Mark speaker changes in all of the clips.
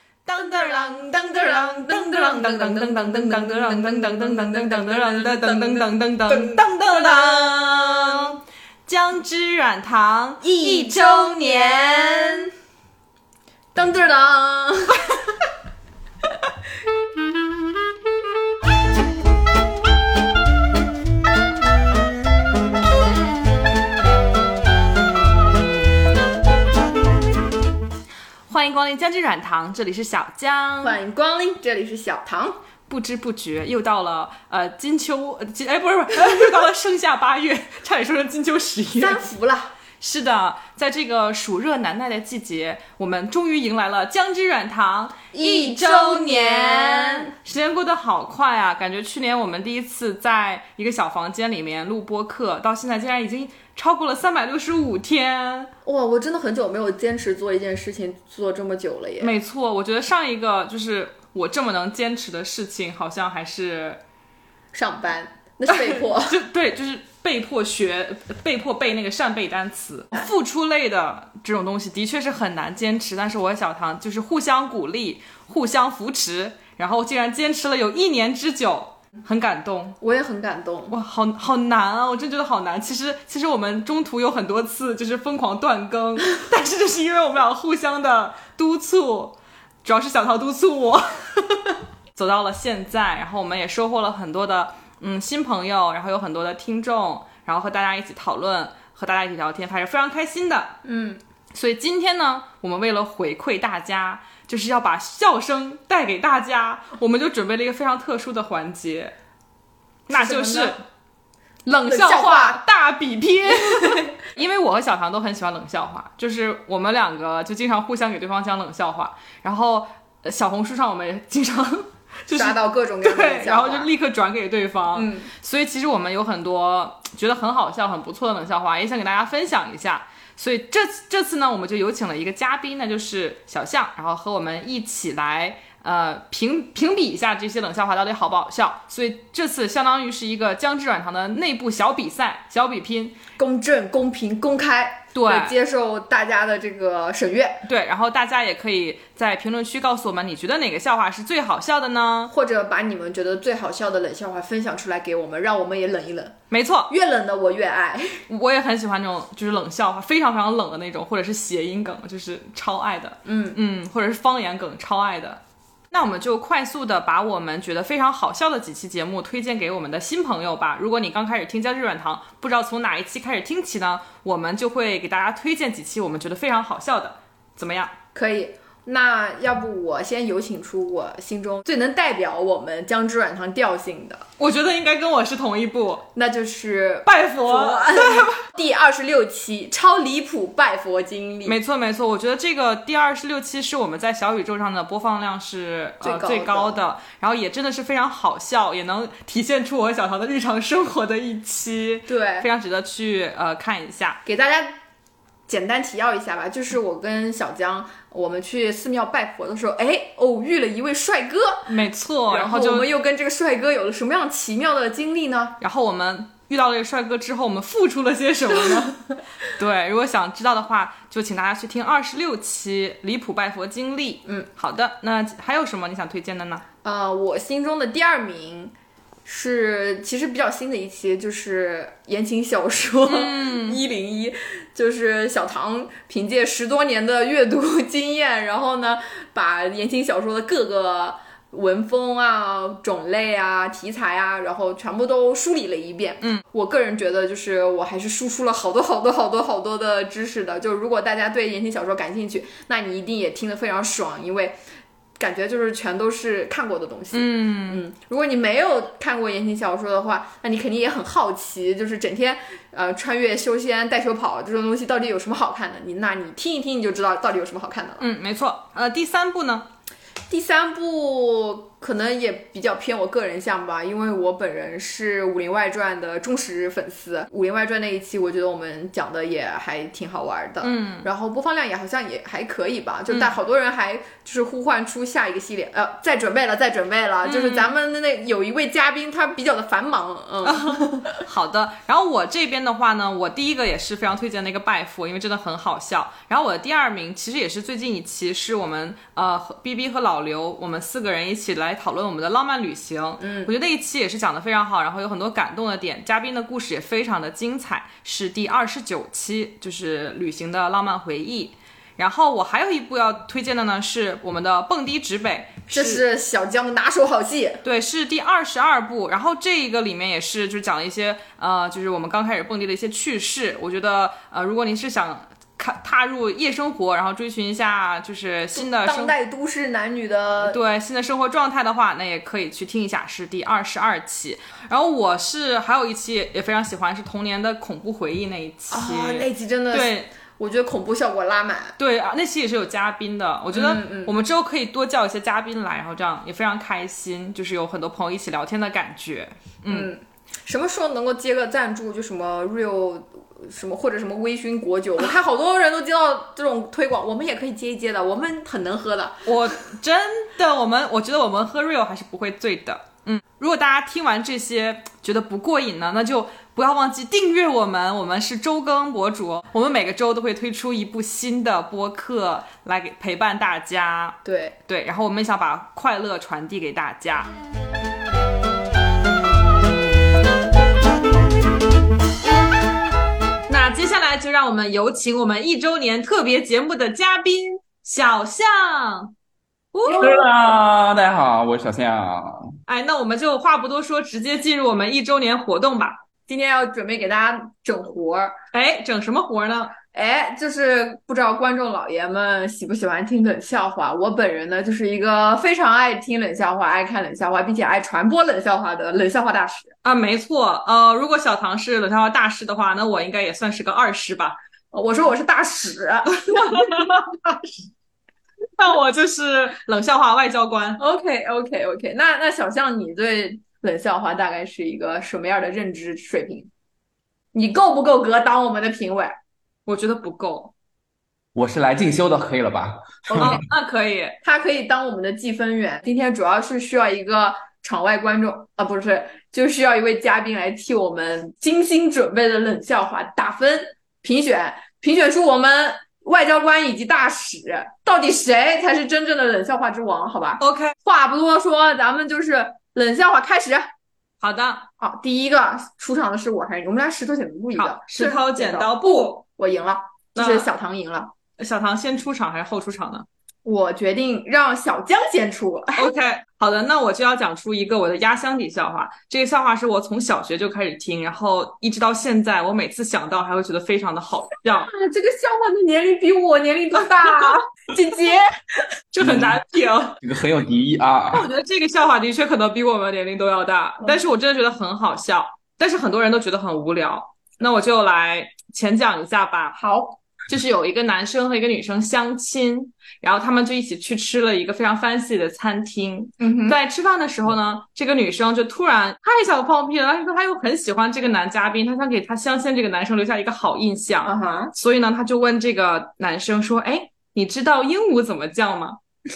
Speaker 1: 噔啷噔噔啷噔噔啷噔噔噔噔噔噔噔啷噔噔噔噔噔噔噔啷噔噔噔噔噔噔噔噔噔，姜汁软糖一周年，
Speaker 2: 噔噔噔。
Speaker 1: 欢迎光临姜汁软糖，这里是小姜。
Speaker 2: 欢迎光临，这里是小唐。
Speaker 1: 不知不觉又到了呃金秋，呃金哎不是不是，又到了盛夏八月， 差点说成金秋十月。
Speaker 2: 三伏了，
Speaker 1: 是的，在这个暑热难耐的季节，我们终于迎来了姜汁软糖
Speaker 2: 一周年。
Speaker 1: 时间过得好快啊，感觉去年我们第一次在一个小房间里面录播客，到现在竟然已经超过了三百六十五天。
Speaker 2: 哇，我真的很久没有坚持做一件事情做这么久了耶。
Speaker 1: 没错，我觉得上一个就是我这么能坚持的事情，好像还是，
Speaker 2: 上班那是被迫
Speaker 1: 就对，就是被迫学，被迫背那个扇贝单词，付出类的这种东西的确是很难坚持。但是我和小唐就是互相鼓励，互相扶持，然后竟然坚持了有一年之久，很感动。
Speaker 2: 我也很感动。
Speaker 1: 哇，好好难啊！我真觉得好难。其实，其实我们中途有很多次就是疯狂断更， 但是就是因为我们俩互相的督促，主要是小桃督促我， 走到了现在。然后我们也收获了很多的嗯新朋友，然后有很多的听众，然后和大家一起讨论，和大家一起聊天，还是非常开心的。
Speaker 2: 嗯，
Speaker 1: 所以今天呢，我们为了回馈大家，就是要把笑声带给大家，我们就准备了一个非常特殊的环节，那就
Speaker 2: 什么
Speaker 1: 是
Speaker 2: 呢
Speaker 1: 冷
Speaker 2: 笑
Speaker 1: 笑话
Speaker 2: 话
Speaker 1: 大比拼。 因为我和小唐都很喜欢冷笑话，就是我们两个就经常互相给对方讲冷笑话，然后呃小红书上我们也经常 就是
Speaker 2: 刷到各种各样的
Speaker 1: 对，然
Speaker 2: 笑
Speaker 1: 后
Speaker 2: 话
Speaker 1: 就立刻转给对方。
Speaker 2: 嗯，
Speaker 1: 所以其实我们有很多觉得很好笑、很不错的冷笑话，也想给大家分享一下。所以这次这次呢，我们就有请了一个嘉宾，那就是小象，然后和我们一起来呃评评比一下这些冷笑话到底好不好笑。所以这次相当于是一个姜汁软糖的内部小比赛、小比拼。
Speaker 2: 公正、公平、公开，
Speaker 1: 对
Speaker 2: 也接受大家的这个审阅，
Speaker 1: 对，然后大家也可以在评论区告诉我们，你觉得哪个笑话是最好笑的呢？
Speaker 2: 或者把你们觉得最好笑的冷笑话分享出来给我们，让我们也冷一冷。
Speaker 1: 没错，
Speaker 2: 越冷的我越爱。
Speaker 1: 我也很喜欢那种就是冷笑话，非常非常冷的那种，或者是谐音梗，就是超爱的。
Speaker 2: 嗯
Speaker 1: 嗯，或者是方言梗，超爱的。那我们就快速的把我们觉得非常好笑的几期节目推荐给我们的新朋友吧。如果你刚开始听《姜汁软糖》，不知道从哪一期开始听起呢，我们就会给大家推荐几期我们觉得非常好笑的，怎么样？
Speaker 2: 可以，那要不我先有请出我心中最能代表我们姜汁软糖调性的，
Speaker 1: 我觉得应该跟我是同一部，
Speaker 2: 那就是
Speaker 1: 拜
Speaker 2: 佛
Speaker 1: 佛。
Speaker 2: 第二十六期超离谱拜佛经历。
Speaker 1: 没错没错，我觉得这个第二十六期是我们在小宇宙上的播放量是呃
Speaker 2: 最高
Speaker 1: 最高
Speaker 2: 的
Speaker 1: 的，然后也真的是非常好笑，也能体现出我和小唐的日常生活的一期，
Speaker 2: 对
Speaker 1: 非，常值得去呃看一下。
Speaker 2: 给大家简单提要一下吧，就是我跟小江我们去寺庙拜佛的时候，哎，偶遇了一位帅哥，
Speaker 1: 没错，然
Speaker 2: 然
Speaker 1: 后
Speaker 2: 后
Speaker 1: 就
Speaker 2: 我们又跟这个帅哥有了什么样奇妙的经历呢？
Speaker 1: 然后我们遇到了这个帅哥之后，我们付出了些什么呢？ 对，如果想知道的话，就请大家去听二十六期《离谱拜佛经历》。
Speaker 2: 嗯，
Speaker 1: 好的，那还有什么你想推荐的呢？
Speaker 2: 呃，我心中的第二名是其实比较新的一期，就是言情小说 一零一，就是小唐凭借十多年的阅读经验，然后呢，把言情小说的各个文风啊、种类啊、题材啊，然后全部都梳理了一遍。嗯，我个人觉得，就是我还是输出了好多好多好多好多的知识的。就如果大家对言情小说感兴趣，那你一定也听得非常爽，因为感觉就是全都是看过的东西。
Speaker 1: 嗯，
Speaker 2: 嗯，如果你没有看过言情小说的话，那你肯定也很好奇，就是整天呃穿越修仙、带球跑这种东西到底有什么好看的？你那你听一
Speaker 1: 嗯
Speaker 2: 听你就知道到底有什么好看的了。
Speaker 1: 嗯，没错。呃，第三部呢？
Speaker 2: 第三部可能也比较偏我个人向吧，因为我本人是《武林外传》的忠实粉丝，《武林外传》那一期我觉得我们讲的也还挺好玩的，嗯，然后播放量也好像也还可以吧，就但好多人还就是呼唤出下一个系列，呃，再准备了，再准备了，就是咱们的那有一位嘉宾他比较的繁忙，嗯，
Speaker 1: 好的，然后我这边的话呢，我第一个也是非常推荐的一个拜佛，因为真的很好笑。然后我的第二名其实也是最近一期，是我们呃和 B B 和老刘我们四个人一起来讨论我们的浪漫旅行。嗯，我觉得那一期也是讲的非常好，然后有很多感动的点，嘉宾的故事也非常的精彩，是第二十九期，就是旅行的浪漫回忆。然后我还有一部要推荐的呢，是我们的《蹦迪指北》，
Speaker 2: 这是小江的拿手好戏，
Speaker 1: 对，是第二十二部。然后这一个里面也是，就是讲了一些呃，就是我们刚开始蹦迪的一些趣事。我觉得呃，如果您是想看踏入夜生活，然后追寻一下就是新的
Speaker 2: 当
Speaker 1: 生
Speaker 2: 代啊都市男女的
Speaker 1: 对新的生活状态的话，那也可以去听一下，是第二十二期。然后我是还有一期也非常喜欢，是童年的恐怖回忆那一期。
Speaker 2: 啊、那集真的，
Speaker 1: 对，
Speaker 2: 我觉得恐怖效果拉满。
Speaker 1: 对啊，那期也是有嘉宾的。我觉得
Speaker 2: 嗯
Speaker 1: 我们之后可以多叫一些嘉宾来，然后这样也非常开心，就是有很多朋友一起聊天的感觉。
Speaker 2: 什么时候能够接个赞助？就什么 real 什么或者什么微醺果酒，我看好多人都接到这种推广，我们也可以接一接的，我们很能喝的。
Speaker 1: 我真的，我们我觉得我们喝 real 还是不会醉的。嗯，如果大家听完这些觉得不过瘾呢，那就不要忘记订阅我们。我们是周更博主，我们每个周都会推出一部新的播客来给陪伴大家。
Speaker 2: 对，
Speaker 1: 对，然后我们也想把快乐传递给大家。那接下来就让我们有请我们一周年特别节目的嘉宾小象。呜
Speaker 3: 啦，大家好，我是小象。
Speaker 1: 哎，那我们就话不多说，直接进入我们一周年活动吧。
Speaker 2: 今天要准备给大家整活儿，
Speaker 1: 哎，整什么活呢？
Speaker 2: 哎，就是不知道观众老爷们喜不喜欢听冷笑话。我本人呢，就是一个非常爱听冷笑话、爱看冷笑话，并且爱传播冷笑话的冷笑话大使。
Speaker 1: 啊，没错，呃，如果小唐是冷笑话大师的话，那我应该也算是个二师吧。
Speaker 2: 呃我说我是大使
Speaker 1: 那我就是冷笑话外交官。
Speaker 2: ，OK OK OK 那。那小象，你对冷笑话大概是一个什么样的认知水平？你够不够格当我们的评委
Speaker 1: 我觉得不够。
Speaker 3: 我是来进修的，可以了吧？
Speaker 1: 哦
Speaker 2: ？OK，，
Speaker 1: 那可以。
Speaker 2: 他可以当我们的计分员。今天主要是需要一个场外观众啊，不是，就需要一位嘉宾来替我们精心准备的冷笑话打分评选，评选出我们外交官以及大使到底谁才是真正的冷笑话之王，好吧？
Speaker 1: OK，
Speaker 2: 话不多说，咱们就是冷笑话开始。
Speaker 1: 好的，
Speaker 2: 好，第一个出场的是我还是你？我们俩石头剪刀布一个
Speaker 1: 好，，石头剪刀布。
Speaker 2: 我赢了，就
Speaker 1: 那
Speaker 2: 是小唐赢了。
Speaker 1: 小唐先出场还是后出场呢
Speaker 2: 我决定让小江先出。
Speaker 1: ？OK，好的，那我就要讲出一个我的压箱底笑话。这个笑话是我从小学就开始听，然后一直到现在，我每次想到还会觉得非常的好笑，
Speaker 2: 啊，这个笑话的年龄比我年龄都大、啊， 姐姐。
Speaker 1: 这很难评。
Speaker 3: 这个很有敌意啊
Speaker 1: 但。我觉得这个笑话的确可能比我们年龄都要大，但是我真的觉得很好笑，但是很多人都觉得很无聊。那我就来浅讲一下吧。
Speaker 2: 好，
Speaker 1: 就是有一个男生和一个女生相亲，然后他们就一起去吃了一个非常 fancy 的餐厅。
Speaker 2: 嗯哼，
Speaker 1: 在吃饭的时候呢，这个女生就突然太想放屁了，但是她又很喜欢这个男嘉宾，她想给她相亲这个男生留下一个好印象。
Speaker 2: 啊哈，
Speaker 1: 所以呢，他就问这个男生说：“哎，你知道鹦鹉怎么叫吗？”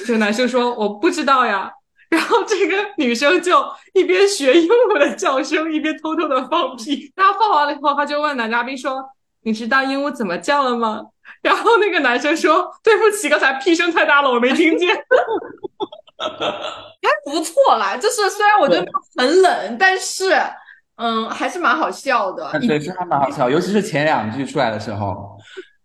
Speaker 1: 这个男生说：“我不知道呀。”然后这个女生就一边学鹦鹉的叫声，一边偷偷的放屁。然后放完了以后，他就问男嘉宾说：“你知道鹦鹉怎么叫了吗？”然后那个男生说：“对不起，刚才屁声太大了，我没听见。
Speaker 2: 还 不错啦。就是虽然我觉得很冷，但是嗯，还是蛮好笑的。
Speaker 3: 对，这还蛮好笑，尤其是前两句出来的时候，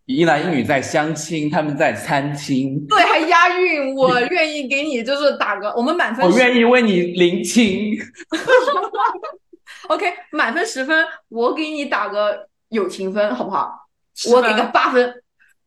Speaker 3: 一男一女在相亲，他们在餐厅。
Speaker 2: 对，还押韵，我愿意给你就是打嗯个，我们满分
Speaker 3: 我
Speaker 2: 十
Speaker 3: 愿意为你领情，
Speaker 2: ，OK，满分十分，我给你打个友情分，好不好？
Speaker 1: 十
Speaker 2: 我
Speaker 1: 分
Speaker 2: 给个八分，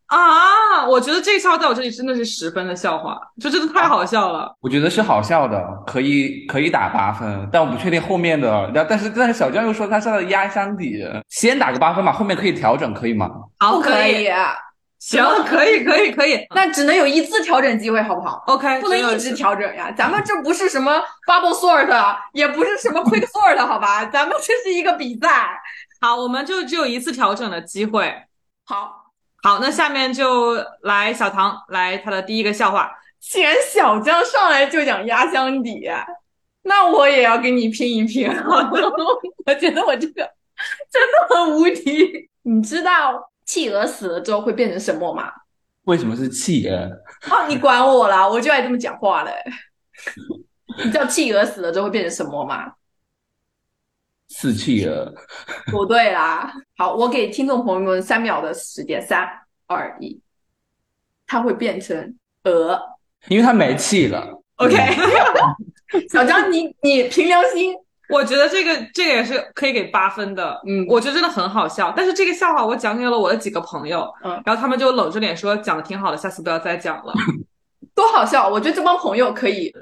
Speaker 1: 啊！我觉得这个笑话在我这里真的是十分的 笑话，
Speaker 2: 哦
Speaker 1: 就真的太好笑了。
Speaker 3: 我觉得是好笑的，可以可以打八分，但我不确定后面的。但但是但是小江又说他是他的压箱底，先打个八分吧，后面可以调整，可以吗？
Speaker 1: 好，
Speaker 2: 不可
Speaker 1: 以。
Speaker 2: 以。啊
Speaker 1: 行，可以，可以，可以。
Speaker 2: 那只能有一次调整机会，好不好？
Speaker 1: OK，
Speaker 2: 不能一直调整呀，咱们这不是什么 bubble sort，也不是什么 quick sort，好吧？咱们这是一个比赛。
Speaker 1: 好，我们就只有一次调整的机会。
Speaker 2: 好，
Speaker 1: 好，那下面就来小唐来他的第一个笑话。
Speaker 2: 既然小江上来就讲压箱底，那我也要跟你拼一拼。 我觉得我这个真的很无敌。你知道企鹅死了之后会变成什么吗？
Speaker 3: 为什么是企鹅？
Speaker 2: 哦，你管我啦，我就爱这么讲话嘞。 你知道企鹅死了之后会变成什么吗？
Speaker 3: 是企鹅。
Speaker 2: 不对啦。好，我给听众朋友们三秒的时间，三二一，它会变成鹅。
Speaker 3: 因为它没气了。
Speaker 1: OK，
Speaker 2: 小张，你你凭良心，
Speaker 1: 我觉得这个这个也是可以给八分的，
Speaker 2: 嗯
Speaker 1: 我觉得真的很好笑。但是这个笑话我讲给了我的几个朋友，
Speaker 2: 嗯
Speaker 1: 然后他们就冷着脸说讲的挺好的，下次不要再讲 了。
Speaker 2: 多好笑！我觉得这帮朋友可以，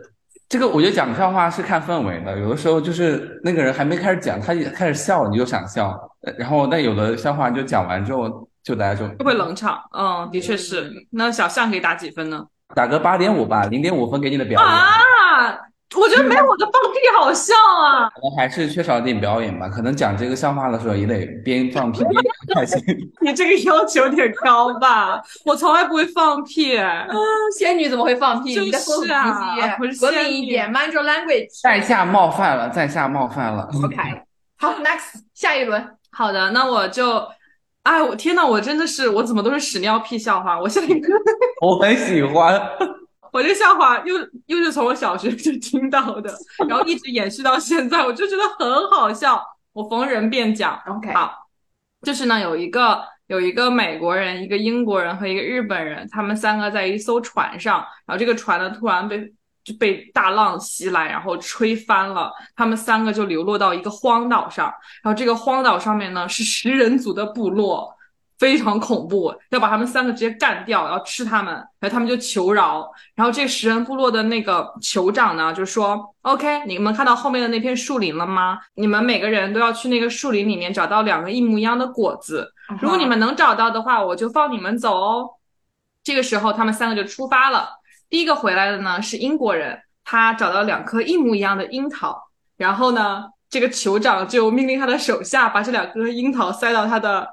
Speaker 3: 这个我觉得讲笑话是看氛围的，有的时候就是那个人还没开始讲，他也开始笑，你就想笑。呃然后但有的笑话就讲完之后，就大家就
Speaker 1: 就会冷场，嗯，的确是。那小象给打几分呢？
Speaker 3: 打个八点五吧，零点五分给你的表演，
Speaker 1: 啊，我觉得没有我的放屁好笑啊！
Speaker 3: 可能还是缺少一点表演吧。可能讲这个笑话的时候也得边放屁边讲开心。
Speaker 1: 你这个要求有点高吧？我从来不会放屁，哎
Speaker 2: 嗯仙女怎么会放屁？
Speaker 1: 就
Speaker 2: 你在说
Speaker 1: 是啊不
Speaker 2: 腹
Speaker 1: 是
Speaker 2: 肌，文
Speaker 1: 仙
Speaker 2: 明
Speaker 1: 女
Speaker 2: 一点，mind your language。
Speaker 3: 在下冒犯了，在下冒犯了。
Speaker 2: OK，好，next，下
Speaker 1: 嗯
Speaker 2: 一轮，
Speaker 1: 好的，那我就，哎，我天呐，我真的是，我怎么都是屎尿屁笑话？我下一个，
Speaker 3: 我很喜欢，
Speaker 1: 我这个笑话又又是从我小学就听到的，然后一直延续到现在，我就觉得很好笑，我逢人便讲。
Speaker 2: OK，
Speaker 1: 好，就是呢，有一个有一个美国人、一个英国人和一个日本人，他们三个在一艘船上，然后这个船呢突然被就被大浪袭来，然后吹翻了，他们三个就流落到一个荒岛上，然后这个荒岛上面呢是食人族的部落。非常恐怖，要把他们三个直接干掉，要吃他们，然后他们就求饶，然后这个食人部落的那个酋长呢，就说：“OK，你们看到后面的那片树林了吗？你们每个人都要去那个树林里面找到两个一模一样的果子。
Speaker 2: 嗯
Speaker 1: 如果你们能找到的话，我就放你们走哦。”这个时候，他们三个就出发了。第一个回来的呢是英国人，他找到两颗一模一样的樱桃，然后呢，这个酋长就命令他的手下把这两颗樱桃塞到他的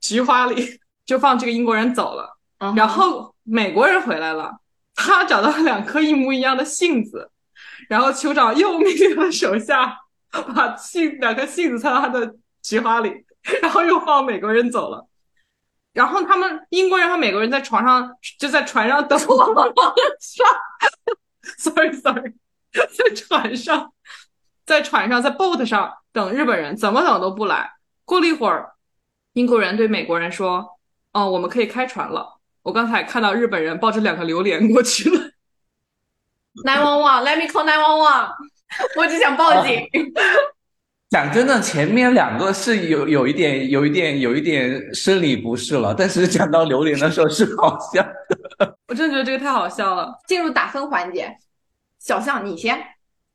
Speaker 1: 菊花里，就放这个英国人走了。
Speaker 2: 嗯
Speaker 1: 然后美国人回来了，他找到了两颗一模一样的杏子，然后酋长又命令他的手下把杏两颗杏子塞到他的菊花里， 然后又放美国人走了。然后他们英国人和美国人在床上就在船上等上 ，sorry sorry，在 船上，在船上在 boat 上等日本人，怎么等都不来。过了一会儿，英国人对美国人说：“哦，我们可以开船了。我刚才看到日本人抱着两个榴莲过去了。
Speaker 2: nine one one，let me call nine one one，我 只想报警。
Speaker 1: 哦
Speaker 3: 讲真的，前面两个是有有一点、有一点、有一点生理不适了，但是讲到榴莲的时候是好笑。
Speaker 1: 我真的觉得这个太好笑了，
Speaker 2: 进入打分环节，小象你先，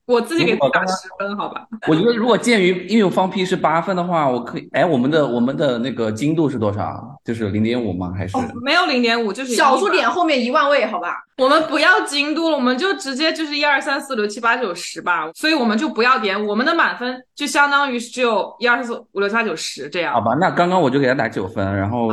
Speaker 1: 我自己给自己打
Speaker 3: 如果刚刚
Speaker 1: 十分，好吧？
Speaker 3: 我觉得如果鉴于因为我放屁是八分的话，我可以，哎，我们的我们的那个精度是多少？啊就是零点五吗？还是？
Speaker 1: 没有零点五，就是
Speaker 2: 少数
Speaker 1: 一吧。
Speaker 2: 点后面一万位，好吧？
Speaker 1: 我们不要精度了，我们就直接就是一二三四六七八九十吧。所以我们就不要点，我们的满分就相当于是只有一二三四五六七八九十这
Speaker 3: 好
Speaker 1: 样。
Speaker 3: 吧，那刚刚我就给他打九分，然后，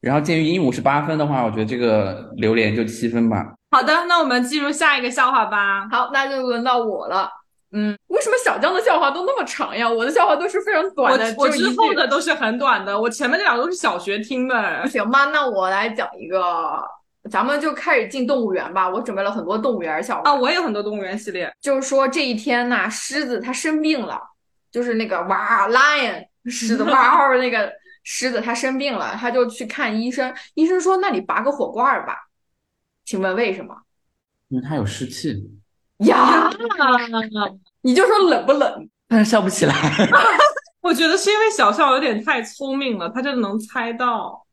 Speaker 3: 然后鉴于鹦鹉是八分的话，我觉得这个榴莲就七分吧。
Speaker 1: 好的，那我们进入下一个笑话吧。
Speaker 2: 好，那就轮到我了。
Speaker 1: 嗯，
Speaker 2: 为什么小江的笑话都那么长呀？我的笑话都是非常短
Speaker 1: 我
Speaker 2: 的，
Speaker 1: 我
Speaker 2: 只有
Speaker 1: 之
Speaker 2: 一
Speaker 1: 后
Speaker 2: 句
Speaker 1: 的都是很短的，我前面这两个都是小学听的。
Speaker 2: 行吧，那我来讲一个，咱们就开始进动物园吧。我准备了很多动物园儿笑话，
Speaker 1: 啊，我也有很多动物园系列。
Speaker 2: 就是说这一天呐，狮子它生病了，就是那个哇，lion 狮子 哇嗷那个狮子它生病了，它就去看医生，医生说那你拔个火罐儿吧，请问为什么
Speaker 3: 因为它有湿气，
Speaker 2: 呀？
Speaker 1: 啊，
Speaker 2: 你就说冷不冷？
Speaker 3: 但是笑不起来。
Speaker 1: 我觉得是因为小笑有点太聪明了，他就能猜到。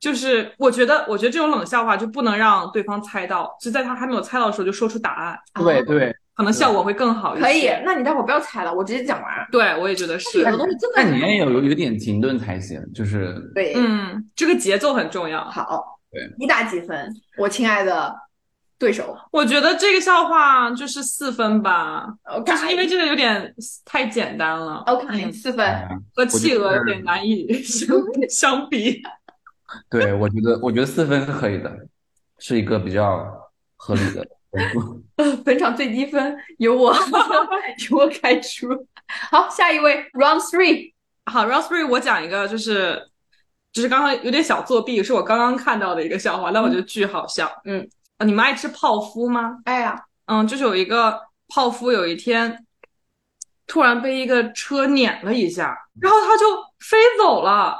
Speaker 1: 就是我觉得，我觉得这种冷笑话就不能让对方猜到，就在他还没有猜到的时候就说出答案，
Speaker 3: 对对，
Speaker 1: 可能效果会更好一些。
Speaker 2: 可以，那你待会儿不要猜了，我直接讲完。
Speaker 1: 对我也觉得
Speaker 2: 有
Speaker 1: 是
Speaker 2: 的，东西真的
Speaker 3: 那你也有有有点停顿才行，就是
Speaker 2: 对，
Speaker 1: 嗯，这个节奏很重要。
Speaker 2: 好
Speaker 3: 对，
Speaker 2: 你打几分？我亲爱的对手，
Speaker 1: 我觉得这个笑话就是四分吧，
Speaker 2: OK，
Speaker 1: 就是因为这个有点太简单了，
Speaker 2: OK 四
Speaker 3: 哎
Speaker 2: 分，
Speaker 1: 和企鹅有点难以 相相比。
Speaker 3: 对我觉得我觉得四分是可以的，是一个比较合理的。
Speaker 2: 本场最低分由我由我开出。好，下一位 Round Three，
Speaker 1: 好，Raspberry，我讲一个，就是就是刚刚有点小作弊，是我刚刚看到的一个笑话，但我觉得巨好笑。
Speaker 2: 嗯，
Speaker 1: 啊，你们爱吃泡芙吗？
Speaker 2: 哎呀，
Speaker 1: 嗯，就是有一个泡芙，有一天突然被一个车碾了一下，然后他就飞走了。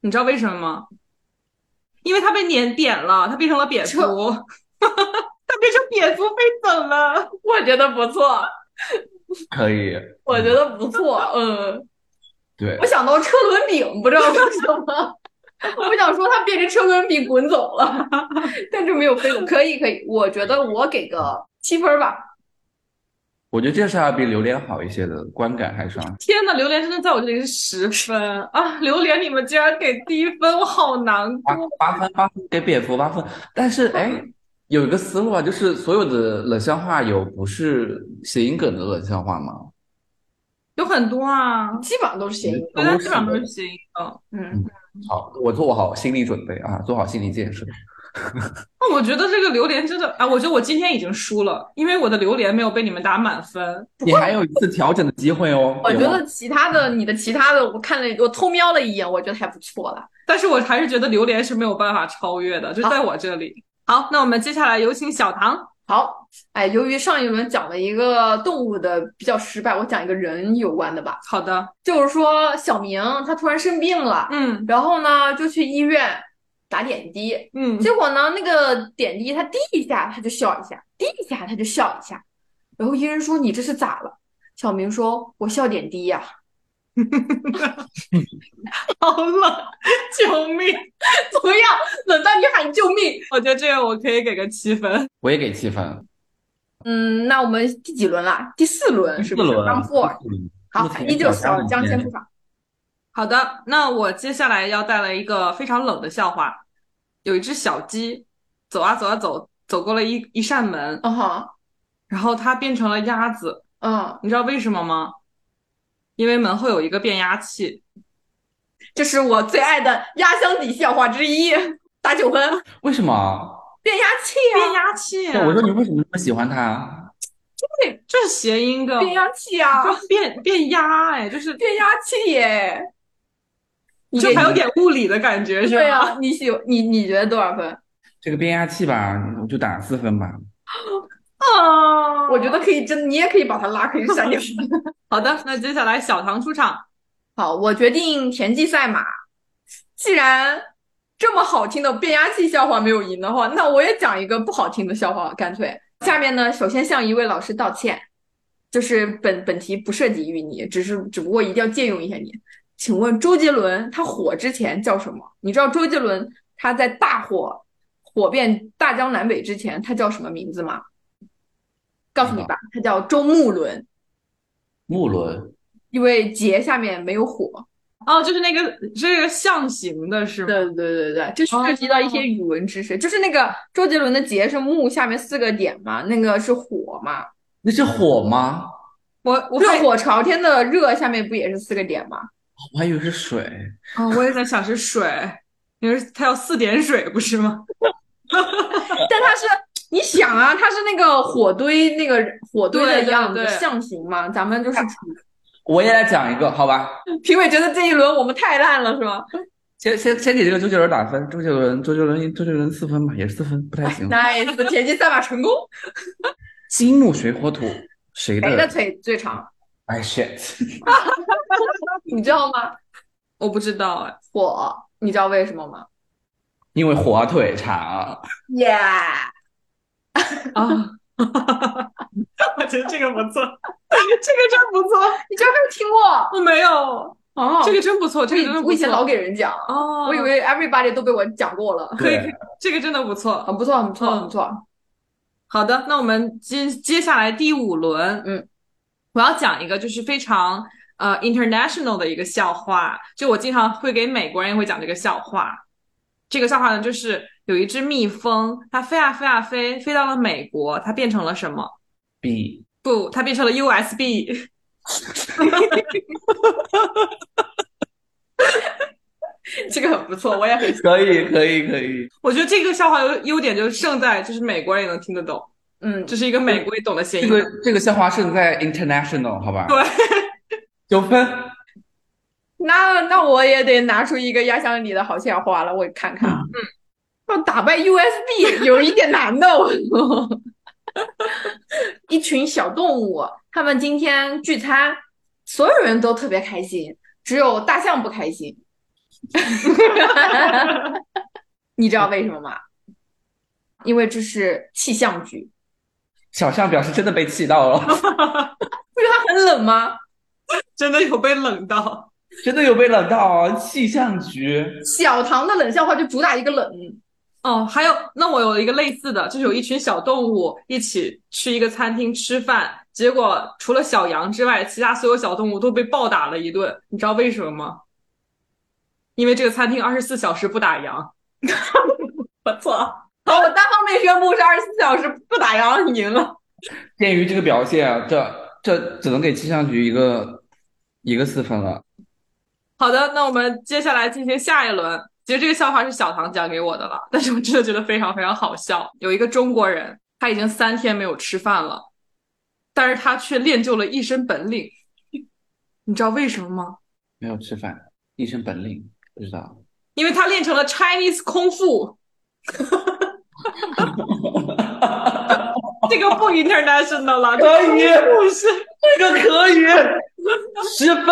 Speaker 1: 你知道为什么吗？因为他被碾扁了，他变成了蝙蝠，
Speaker 2: 车
Speaker 1: 他变成蝙蝠飞走了。
Speaker 2: 我觉得不错，
Speaker 3: 可以，
Speaker 2: 我觉得不错，嗯，
Speaker 3: 对
Speaker 2: 我，想到车轮饼，不知道为什么。 我想说，它变成车轮饼滚走了， 但是没有飞走。可以，可以，我觉得我给个七分吧。
Speaker 3: 我觉得这是要比榴莲好一些的，观感还上。
Speaker 1: 天呐，榴莲真的在我这里是十分啊！榴莲你们竟然给低分，我好难
Speaker 3: 八
Speaker 1: 过。
Speaker 3: 八分八分给蝙蝠八分，但是哎，有一个思路啊，就是所有的冷笑话有不是谐音梗的冷笑话吗？
Speaker 1: 有很多啊，
Speaker 2: 基本上都是谐音。
Speaker 1: 对，它基本上都是谐音梗。
Speaker 2: 嗯，
Speaker 3: 好，我做好心理准备啊，做好心理建设。
Speaker 1: 那我觉得这个榴莲真的啊，我觉得我今天已经输了，因为我的榴莲没有被你们打满分。
Speaker 3: 你还有一次调整的机会哦。
Speaker 2: 我觉
Speaker 3: 有
Speaker 2: 得
Speaker 3: 吗
Speaker 2: 其他的，你的其他的，我看了，我偷瞄了一眼，我觉得还不错了。
Speaker 1: 但是我还是觉得榴莲是没有办法超越的，就在我这里。好，那我们接下来有请小唐。
Speaker 2: 好，哎，由于上一轮讲了一个动物的比较失败，我讲一个人有关的吧。
Speaker 1: 好的，
Speaker 2: 就是说，小明他突然生病了，
Speaker 1: 嗯
Speaker 2: 然后呢就去医院打点滴，
Speaker 1: 嗯，
Speaker 2: 结果呢那个点滴他滴一下他就笑一下，滴一下他就笑一下，然后医生说你这是咋了？小明说：“我笑点滴呀、
Speaker 1: 好冷，救命！
Speaker 2: 怎么样？冷到你喊救命？
Speaker 1: 我觉得这个我可以给个七分。
Speaker 3: 我也给七分，
Speaker 2: 嗯，那我们第几轮了？第四轮是
Speaker 3: 四
Speaker 2: 不是
Speaker 3: 轮
Speaker 2: ？Round four。
Speaker 3: 嗯
Speaker 2: 好，依旧是
Speaker 3: 嗯
Speaker 2: 将先不爽。
Speaker 1: 好的，那我接下来要带来一个非常冷的笑话。有一只小鸡走啊走啊走，走过了一一扇门，
Speaker 2: 嗯哼，
Speaker 1: 然后它变成了鸭子。
Speaker 2: 嗯，
Speaker 1: 你知道为什么吗？因为门后有一个变压器。
Speaker 2: 这是我最爱的压箱底笑话之一，打九分。
Speaker 3: 为什么？
Speaker 2: 变压器
Speaker 1: 变
Speaker 2: 啊，
Speaker 1: 压器，
Speaker 3: 对我说你为什么那么喜欢他？
Speaker 1: 这是谐音梗，
Speaker 2: 变压器啊，
Speaker 1: 就变变压，哎，就是
Speaker 2: 变压器耶！你
Speaker 1: 就
Speaker 2: 给
Speaker 1: 还有点物理的感觉，是
Speaker 2: 对
Speaker 1: 吧？
Speaker 2: 啊，你喜你你觉得多少分？
Speaker 3: 这个变压器吧，我就打四分吧。
Speaker 1: 啊
Speaker 2: 我觉得可以真，你也可以把它拉可以删掉。
Speaker 1: 好的。那接下来小唐出场，
Speaker 2: 好，我决定田忌赛马。既然这么好听的变压器笑话没有赢的话，那我也讲一个不好听的笑话，干脆。下面呢，首先向一位老师道歉，就是本本题不涉及于你，只是只不过一定要借用一下你。请问周杰伦他火之前叫什么？你知道周杰伦他在大火火遍大江南北之前，他叫什么名字吗？告诉你吧，他叫周穆伦，
Speaker 3: 木轮，
Speaker 2: 因为杰下面没有火。
Speaker 1: 哦，就是那个这个象形的是吗？
Speaker 2: 对对对对，这
Speaker 1: 哦
Speaker 2: 涉及到一些语文知识，就是那个周杰伦的“杰”是木下面四个点嘛，那个是火嘛，
Speaker 3: 那是火吗？
Speaker 1: 我我
Speaker 2: 热
Speaker 1: 会，
Speaker 2: 火朝天的“热”下面不也是四个点吗？
Speaker 3: 我还以为是水。
Speaker 1: 哦，我也在想是水，因为它有四点水不是吗？
Speaker 2: 但它是，你想啊，它是那个火堆那个火堆的
Speaker 1: 对对
Speaker 2: 样子
Speaker 1: 对
Speaker 2: 象形嘛，咱们就是
Speaker 3: 我也来讲一个，好吧？
Speaker 2: 评委觉得这一轮我们太烂了是吗？
Speaker 3: 先先先给这个周杰伦打分，周杰伦，周杰伦，周杰伦四分吧，也是四分，不太
Speaker 1: 嗯
Speaker 3: 行。
Speaker 2: nice，田忌赛马成功，
Speaker 3: 金木水火土，
Speaker 2: 谁
Speaker 3: 谁
Speaker 2: 的
Speaker 3: 的？
Speaker 2: 腿最长？
Speaker 3: 哎 shit，
Speaker 2: 你知道吗？
Speaker 1: 我不知道哎，
Speaker 2: 火，你知道为什么吗？
Speaker 3: 因为火腿 肠。
Speaker 2: Yeah。
Speaker 1: 啊， 我觉得这个不错，这个真不错，
Speaker 2: 哦你居然没有听过？
Speaker 1: 我没有，哦，这个真不错，这个真的不错。
Speaker 2: 我以前老给人讲，啊
Speaker 1: 哦，
Speaker 2: 我以为 everybody 都被我讲过了，
Speaker 1: 可以
Speaker 3: 对，
Speaker 1: 这个真的不错。
Speaker 2: 很不错，很不错，
Speaker 1: 嗯
Speaker 2: 很不错。
Speaker 1: 好的，那我们接接下来第五轮，
Speaker 2: 嗯，
Speaker 1: 我要讲一个就是非常呃 international 的一个笑话，就我经常会给美国人也会讲这个笑话。这个笑话呢，就是有一只蜜蜂，它飞啊飞啊飞，飞到了美国，它变成了什么？
Speaker 3: B
Speaker 1: 不，它变成了 USB。
Speaker 2: 这个很不错，我也很
Speaker 3: 可以可以可以，
Speaker 1: 我觉得这个笑话有优点，就胜在就是美国人也能听得懂，
Speaker 2: 嗯，
Speaker 1: 这是一个美国也懂的谐
Speaker 3: 这
Speaker 1: 音
Speaker 3: 个这个笑话胜在 international 好吧？
Speaker 1: 对，
Speaker 3: 九分，
Speaker 2: 那那我也得拿出一个压箱底的好笑话了，我看看。
Speaker 3: 嗯
Speaker 2: 嗯，要打败 USB 有一点难的。我 一群小动物，他们今天聚餐，所有人都特别开心，只有大象不开 心。你知道为什么吗？因为这是气象局。
Speaker 3: 小象表示真的被气到了，
Speaker 2: 不觉得它很冷吗？
Speaker 1: 真的有被冷到。
Speaker 3: 真的有被冷到哦，气象局。
Speaker 2: 小唐的冷笑话就主打一个冷。
Speaker 1: 哦，还有，那我有一个类似的，就是有一群小动物一起去一个餐厅吃饭，结果除了小羊之外，其他所有小动物都被暴打了一顿。你知道为什么吗？因为这个餐厅二十四小时不打烊。
Speaker 2: 不错，好，我单方面宣布是二十四小时不打烊，你赢了。
Speaker 3: 鉴于这个表现啊，这这只能给气象局一个一个四分了。
Speaker 1: 好的，那我们接下来进行下一轮。其实这个笑话是小唐讲给我的了，但是我真的觉得非常非常好笑。有一个中国人，他已经三天没有吃饭了，但是他却练就了一身本领。你知道为什么吗？
Speaker 3: 没有吃饭，一身本领，不知道。
Speaker 1: 因为他练成了 Chinese 空腹， 这个不 international 了，这
Speaker 3: 可以
Speaker 1: 个不是
Speaker 3: 这个可以，十分，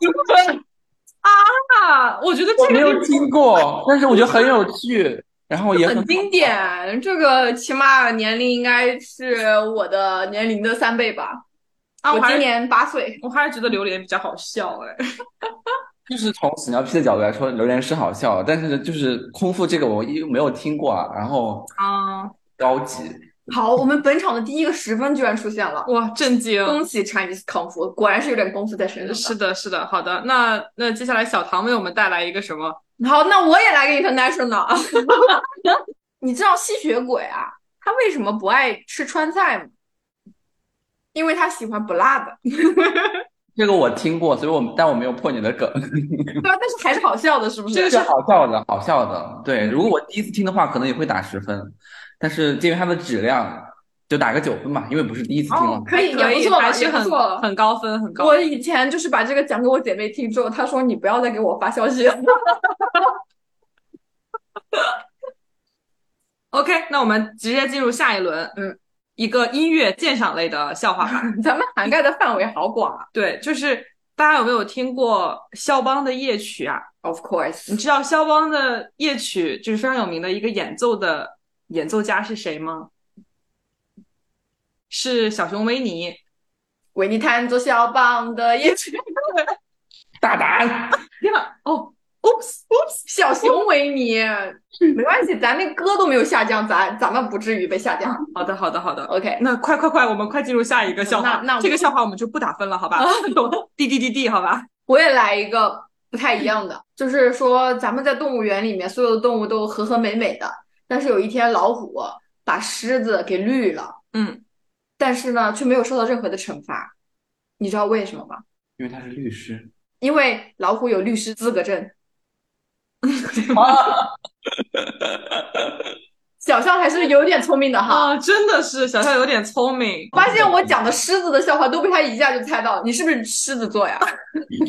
Speaker 3: 十分，
Speaker 1: 啊！我觉得
Speaker 3: 我
Speaker 1: 这
Speaker 3: 没
Speaker 1: 个
Speaker 3: 有听过，但是我觉得很有趣，然后也
Speaker 2: 很经典，这个起码年龄应该是我的年龄的三倍吧。
Speaker 1: 啊，我
Speaker 2: 我
Speaker 1: 还
Speaker 2: 今
Speaker 1: 是
Speaker 2: 年八岁，
Speaker 1: 我还是觉得榴莲比较好笑哎。
Speaker 3: 就是从屎尿屁的角度来说，榴莲是好笑，但是就是空腹这个我一没有听过啊，然后
Speaker 1: 啊，
Speaker 3: 高级，
Speaker 2: 好，我们本场的第一个十分居然出现了，
Speaker 1: 哇，震惊！
Speaker 2: 恭喜 Chinese 康复，果然是有点功夫在身上
Speaker 1: 是的，是的，好的。那那接下来小唐为我们带来一个什么？
Speaker 2: 的。好，那我也来个 international。你知道吸血鬼啊，他为什么不爱吃川菜吗？因为他喜欢不辣 的，
Speaker 3: 这个我听过，所以我但我没有破你的梗，
Speaker 2: 对吧？但是还是好笑的，是不是？哦
Speaker 1: 这个
Speaker 3: 是好笑的，好笑的。对，如果我第一次听的话，可能也会打十分，但是鉴于它的质量，就打个九分吧，因为不是第一次听了。
Speaker 2: 哦可以，
Speaker 1: 可
Speaker 2: 也
Speaker 1: 以，
Speaker 2: 不错
Speaker 1: 还
Speaker 2: 了，
Speaker 1: 是
Speaker 2: 也不
Speaker 1: 很
Speaker 2: 错了。
Speaker 1: 很高分，很高
Speaker 2: 我以前就是把这个讲给我姐妹听之后，她说你不要再给我发消息了。
Speaker 1: OK，那我们直接进入下一轮，
Speaker 2: 嗯，
Speaker 1: 一个音乐鉴赏类的笑话吧。
Speaker 2: 咱们涵盖的范围好广啊。
Speaker 1: 对，就是大家有没有听过肖邦的夜曲啊？
Speaker 2: Of
Speaker 1: 你
Speaker 2: course，
Speaker 1: 知道肖邦的夜曲就是非常有名的一个演奏的演奏家是谁吗？是小熊维尼。
Speaker 2: 维尼探做肖邦的夜曲，
Speaker 3: 大胆，
Speaker 1: 呀，哦，oops oops，
Speaker 2: 小熊维尼，没关系，咱那歌都没有下降，咱咱们不至于被下降。
Speaker 1: 好的，好的，好的。
Speaker 2: OK，
Speaker 1: 那快快快，我们快进入下一个笑话。
Speaker 2: 那那我啊
Speaker 1: 这个笑话我们就不打分了，好吧？ 滴滴滴滴，好吧？
Speaker 2: 我也来一个不太一样的，就是说咱们在动物园里面，所有的动物都和和美美的，但是有一天老虎把狮子给绿了，
Speaker 1: 嗯，
Speaker 2: 但是呢却没有受到任何的惩罚，你知道为什么吗？
Speaker 3: 因为他是律师。
Speaker 2: 因为老虎有律师资格证。
Speaker 3: 啊，
Speaker 2: 小象还是有点聪明的哈。
Speaker 1: 啊，真的是小象有点聪明。
Speaker 2: 发现我讲的狮子的笑话都被他一下就猜到了，你是不是狮子座呀？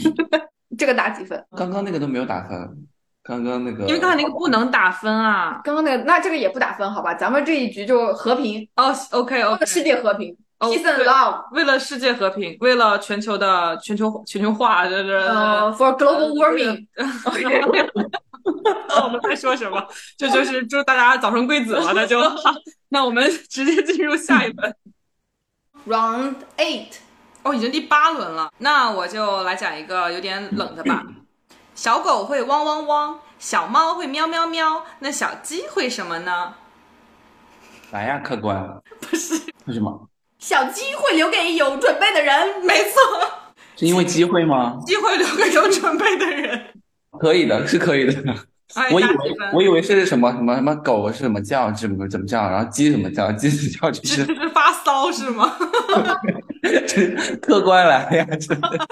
Speaker 2: 这个打几分？
Speaker 3: 刚刚那个都没有打分，刚刚那个，
Speaker 1: 因为刚才那个不能打分啊。
Speaker 2: 刚刚那个，那这个也不打分，好吧？咱们这一局就和平，
Speaker 1: 哦，OK
Speaker 2: 为
Speaker 1: OK，
Speaker 2: 了世界和平
Speaker 1: 哦
Speaker 2: ，peace and
Speaker 1: 对
Speaker 2: love，
Speaker 1: 为了世界和平，为了全球的全球全球化，这这。
Speaker 2: 呃，for global warming。
Speaker 1: 那 我们在说什么？这就是祝大家早生贵子了，那就 那我们直接进入下一轮。
Speaker 2: Round eight，
Speaker 1: 哦，已经第八轮了。那我就来讲一个有点冷的吧。小狗会汪汪汪，小猫会喵喵喵，那小鸡会什么呢？
Speaker 3: 来呀，客官，
Speaker 1: 不是，
Speaker 3: 为什么？
Speaker 2: 小鸡会留给有准备的人。
Speaker 1: 没错，
Speaker 3: 是因为机会吗？
Speaker 1: 鸡会留给有准备的人。
Speaker 3: 可以的， 是可以的。
Speaker 1: 哎，
Speaker 3: 我以
Speaker 1: 打
Speaker 3: 为
Speaker 1: 几分
Speaker 3: 我以为是什么什么什么狗是什么叫，怎么怎么叫，然后鸡怎么叫，鸡怎么叫，就
Speaker 1: 这
Speaker 3: 是
Speaker 1: 这是发骚是吗？
Speaker 3: 客官来呀，真的。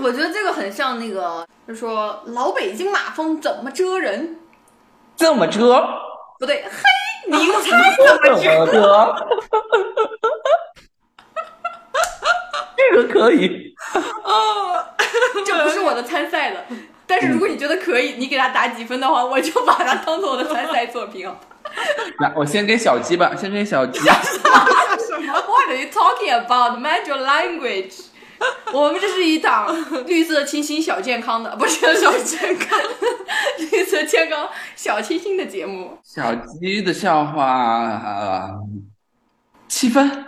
Speaker 2: 我觉得这个很像那个，就说老北京马蜂怎么蛰人？
Speaker 3: 这么遮，
Speaker 2: 不对，嘿，你猜 怎么
Speaker 3: 这
Speaker 2: 蛰？
Speaker 3: 么遮，这个可以。
Speaker 2: 这不是我的参赛的。但是如果你觉得可以，你给他打几分的话，我就把它当做我的参赛作 品。
Speaker 3: 来，我先给小鸡吧，先给小鸡。
Speaker 2: 什么？What are you talking about? Mind your language. 我们这是一档绿色清新小健康的，不 是小健康，绿色健康小清新的节目。
Speaker 3: 小鸡的笑话，呃，七分。
Speaker 2: 哦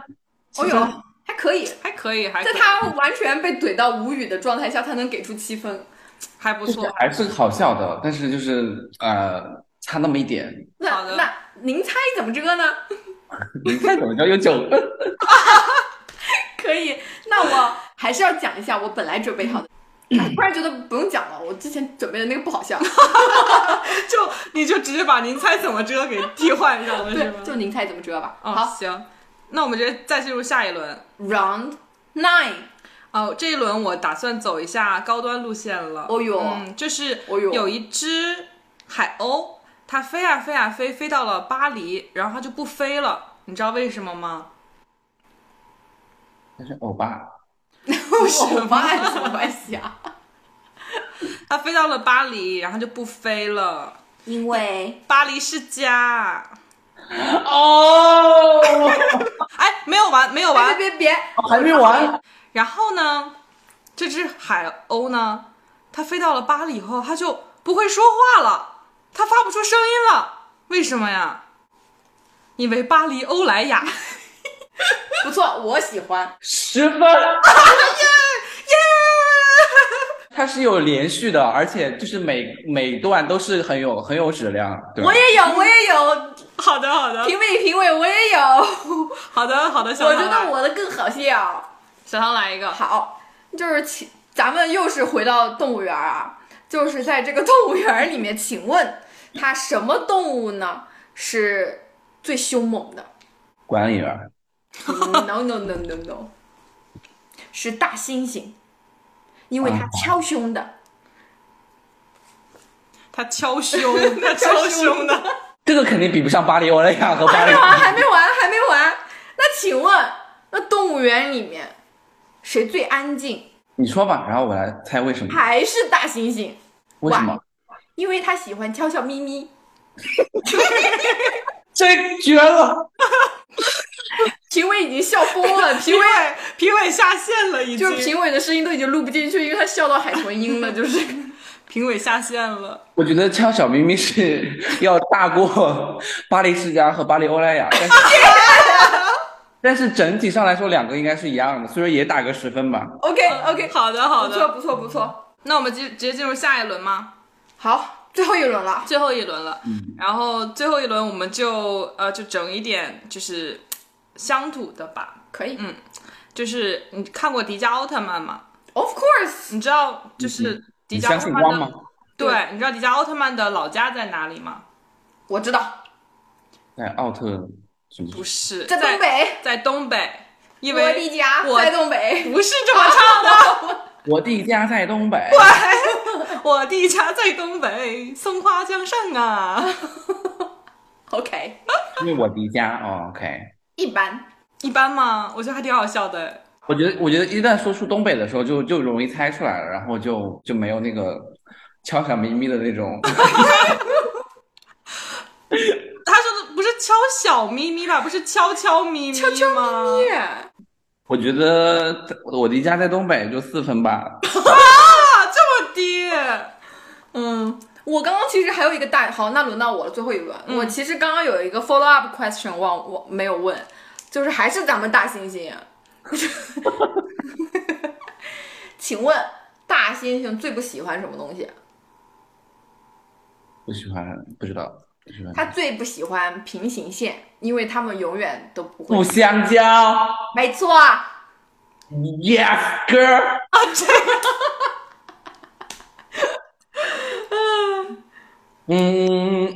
Speaker 3: 七分
Speaker 2: 哟，还可以，
Speaker 1: 还可以，还可
Speaker 2: 在
Speaker 1: 以
Speaker 2: 他完全被怼到无语的状态下，他能给出七分。
Speaker 1: 还不
Speaker 3: 就是
Speaker 1: 错。
Speaker 3: 还是好笑的，但是就是呃，差那么一点。
Speaker 2: 那
Speaker 1: 好的
Speaker 2: 那您猜怎么着呢？
Speaker 3: 你看怎么着有九分？
Speaker 2: 可以，那我还是要讲一下我本来准备好的。哎突然觉得不用讲了，我之前准备的那个不好 笑。
Speaker 1: 就你就直接把您猜怎么着给替换上了是
Speaker 2: 对
Speaker 1: 吗，？
Speaker 2: 就您猜怎么着吧。
Speaker 1: 哦，
Speaker 2: 好
Speaker 1: 行，那我们直接再进入下一轮。
Speaker 2: ，Round Nine，
Speaker 1: 哦，这一轮我打算走一下高端路线了。
Speaker 2: 哦哟
Speaker 1: 嗯，就是
Speaker 2: 哦哟
Speaker 1: 有一只海鸥，它飞啊飞啊飞，飞到了巴黎，然后它就不飞了。你知道为什么吗？
Speaker 3: 但是欧巴，
Speaker 2: 我妈有什么关系 啊？
Speaker 1: 它飞到了巴黎，然后就不飞了。
Speaker 2: 因为
Speaker 1: 巴黎是家。
Speaker 3: 哦，
Speaker 1: 哎，没有完，没有
Speaker 2: 别
Speaker 1: 完。
Speaker 2: 别别别，
Speaker 3: 还没完，
Speaker 1: 然后呢，这只海鸥呢，它飞到了巴黎以后，它就不会说话了，它发不出声音了。为什么呀？因为巴黎欧莱雅。
Speaker 2: 不错，我喜欢。
Speaker 3: 十分。它是有连续的，而且就是每每段都是很有很有质量。对吧
Speaker 2: 我也有，我也有，
Speaker 1: 好的，好的，
Speaker 2: 评委评委我也有。 我
Speaker 1: 好的，好的，小唐
Speaker 2: 觉
Speaker 1: 来
Speaker 2: 得我的更好笑。
Speaker 1: 小唐来一个，
Speaker 2: 好，就是请咱们又是回到动物园儿啊，就是在这个动物园儿里面，请问它什么动物呢是最凶猛的
Speaker 3: 管理员，
Speaker 2: ？No No No No No，是大猩猩，因为它敲胸的。
Speaker 1: 他敲胸， 他敲胸 的，
Speaker 3: 这个肯定比不上巴黎欧莱雅和巴
Speaker 2: 还
Speaker 3: 黎
Speaker 2: 没。完，还没完，还没完。那请问，那动物园里面谁最安静？
Speaker 3: 你说吧，然后我来猜为什么？
Speaker 2: 还是大猩猩，
Speaker 3: 为什么？
Speaker 2: 因为它喜欢悄悄咪咪。
Speaker 3: 这绝了！
Speaker 2: 评委已经笑疯了，评委
Speaker 1: 哎评委下线了，已
Speaker 2: 就
Speaker 1: 经，
Speaker 2: 是评委的声音都已经录不进去，因为他笑到海豚音了，就是。
Speaker 1: 评委下线了，
Speaker 3: 我觉得敲小咪咪是要大过巴黎世家和巴黎欧莱雅，但 是但是整体上来说，两个应该是一样的，所以说也打个十分吧。
Speaker 2: OK OK，
Speaker 1: 好的，好
Speaker 2: 不错
Speaker 1: 的，
Speaker 2: 不错不错，
Speaker 1: 那我们直直接进入下一轮吗？
Speaker 2: 好，最后一轮了，
Speaker 1: 最后一轮了，
Speaker 3: 嗯
Speaker 1: 然后最后一轮我们就呃就整一点就是乡土的吧，
Speaker 2: 可以。
Speaker 1: 就是你看过迪迦奥特曼吗？
Speaker 2: Of course，
Speaker 1: 你知道就是
Speaker 3: 嗯你
Speaker 1: 迪迦
Speaker 3: 相
Speaker 1: 奥特
Speaker 3: 信光
Speaker 1: 曼
Speaker 3: 吗
Speaker 1: 的？？对，你知道迪迦奥特曼的老家在哪里吗？
Speaker 2: 我知道，
Speaker 3: 在奥特什么？
Speaker 1: 不是，
Speaker 2: 在东北，
Speaker 1: 在东北，因
Speaker 2: 我
Speaker 1: 为
Speaker 2: 的家
Speaker 1: 我
Speaker 2: 在东北。
Speaker 1: 不是这么唱的。
Speaker 3: 我弟家在东北，
Speaker 1: 我弟家在东北，松花江上啊。
Speaker 2: OK，
Speaker 3: 因为我弟家。哦、OK，
Speaker 2: 一般。
Speaker 1: 一般吗？我觉得还挺好笑的。
Speaker 3: 我觉得我觉得一旦说出东北的时候就，就容易猜出来了，然后就就没有那个敲小咪咪的那种。
Speaker 1: 他说的不是敲小咪咪吧？不是悄悄咪咪吗？
Speaker 2: 悄悄咪啊咪，
Speaker 3: 我觉得我弟家在东北就四分吧。
Speaker 1: 啊，这么低。
Speaker 2: 嗯，我刚刚其实还有一个大，好，那轮到我了，最后一轮。我其 实刚刚有一个 follow up question 忘我没有问，就是还是咱们大猩猩，啊请问大猩猩最不喜欢什么东西？
Speaker 3: 不喜欢，不知道，不喜欢。
Speaker 2: 它最不喜欢平行线，因为它们永远都不
Speaker 1: 哦
Speaker 3: 不
Speaker 2: 会。
Speaker 3: 香蕉
Speaker 2: 没错，啊
Speaker 3: ，Yes girl，嗯，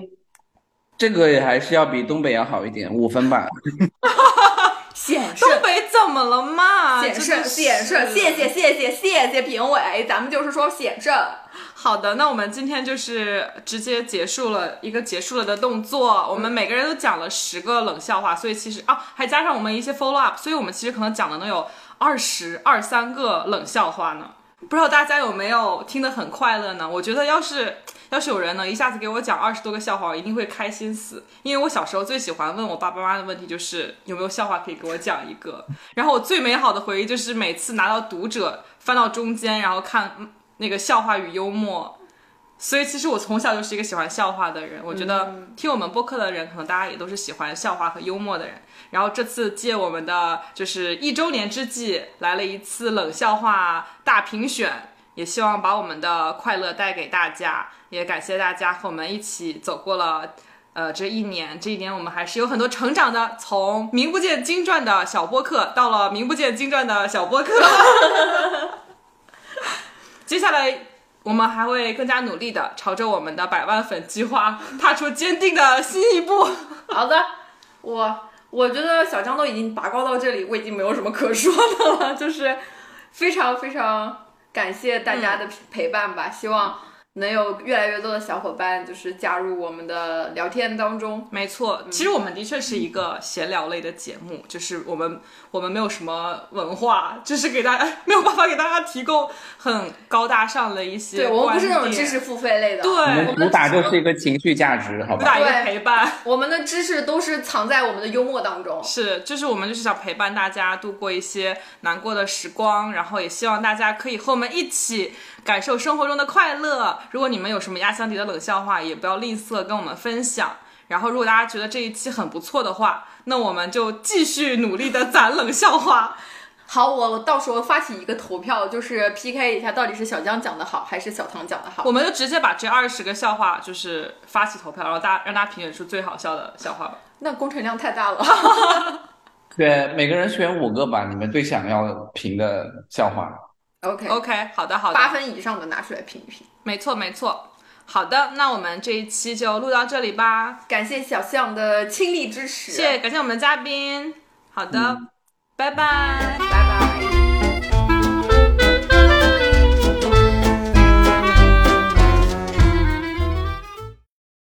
Speaker 3: 这个也还是要比东北要好一点，五分吧。
Speaker 2: 险胜。
Speaker 1: 东北怎么了嘛？
Speaker 2: 险胜，
Speaker 1: 啊这就是
Speaker 2: 险胜，谢谢，。谢谢，谢谢评委，咱们就是说险胜。
Speaker 1: 好的，那我们今天就是直接结束了一个结束了的动作。我们每个人都讲了十个冷笑话，所以其实啊，还加上我们一些 follow up，所以我们其实可能讲了能有二十二三个冷笑话呢。不知道大家有没有听得很快乐呢？我觉得要是要是有人能一下子给我讲二十多个笑话，我一定会开心死。因为我小时候最喜欢问我爸爸妈妈的问题就是有没有笑话可以给我讲一个。然后我最美好的回忆就是每次拿到读者翻到中间，然后看嗯那个笑话与幽默。所以其实我从小就是一个喜欢笑话的人。我觉得听我们播客的人，可能大家也都是喜欢笑话和幽默的人。然后这次借我们的就是一周年之际，来了一次冷笑话大评选，也希望把我们的快乐带给大家。也感谢大家和我们一起走过了。呃，这一年，这一年我们还是有很多成长的，从名不见经传的小播客，到了名不见经传的小播客。 接下来，我们还会更加努力的，朝着我们的百万粉计划踏出坚定的新一步。
Speaker 2: 好的，我我觉得小张都已经拔高到这里，我已经没有什么可说的了，就是非常非常感谢大家
Speaker 1: 嗯
Speaker 2: 的陪伴吧，希望能有越来越多的小伙伴就是加入我们的聊天当中。
Speaker 1: 没错，其实我们的确是一个闲聊类的节目，就是我们我们没有什么文化，就是给大家 没有办法给大家提供很高大上的一些
Speaker 2: 对我们不是那种
Speaker 1: 观点
Speaker 2: 知识，付费类的，哦
Speaker 1: 对，
Speaker 3: 我们
Speaker 1: 我
Speaker 3: 主打就是一个情绪价值，好
Speaker 1: 们
Speaker 3: 吧？
Speaker 1: 打一个
Speaker 2: 对
Speaker 1: 陪伴。
Speaker 2: 我们的知识都是藏在我们的幽默当中。
Speaker 1: 是，就是我们就是想陪伴大家度过一些难过的时光，然后也希望大家可以和我们一起感受生活中的快乐。如果你们有什么压箱底的冷笑话，也不要吝啬跟我们分享。然后，如果大家觉得这一期很不错的话，那我们就继续努力的攒冷笑话。
Speaker 2: 好，我到时候发起一个投票，就是 PK 一下，到底是小江讲的好还是小唐讲的好
Speaker 1: 我。们就直接把这二十个笑话就是发起投票，然后大家让大家评选出最好笑的笑话吧。
Speaker 2: 那工程量太大了。
Speaker 3: 对，每个人选五个吧，你们最想要评的笑话。
Speaker 2: OK，
Speaker 1: OK，好的，好的
Speaker 2: 八。分以上的拿出来评一评。
Speaker 1: 没错，没错。好的，那我们这一期就录到这里吧。
Speaker 2: 感谢小象的倾力支持。
Speaker 1: 谢谢，感谢我们的嘉宾。好的，拜拜。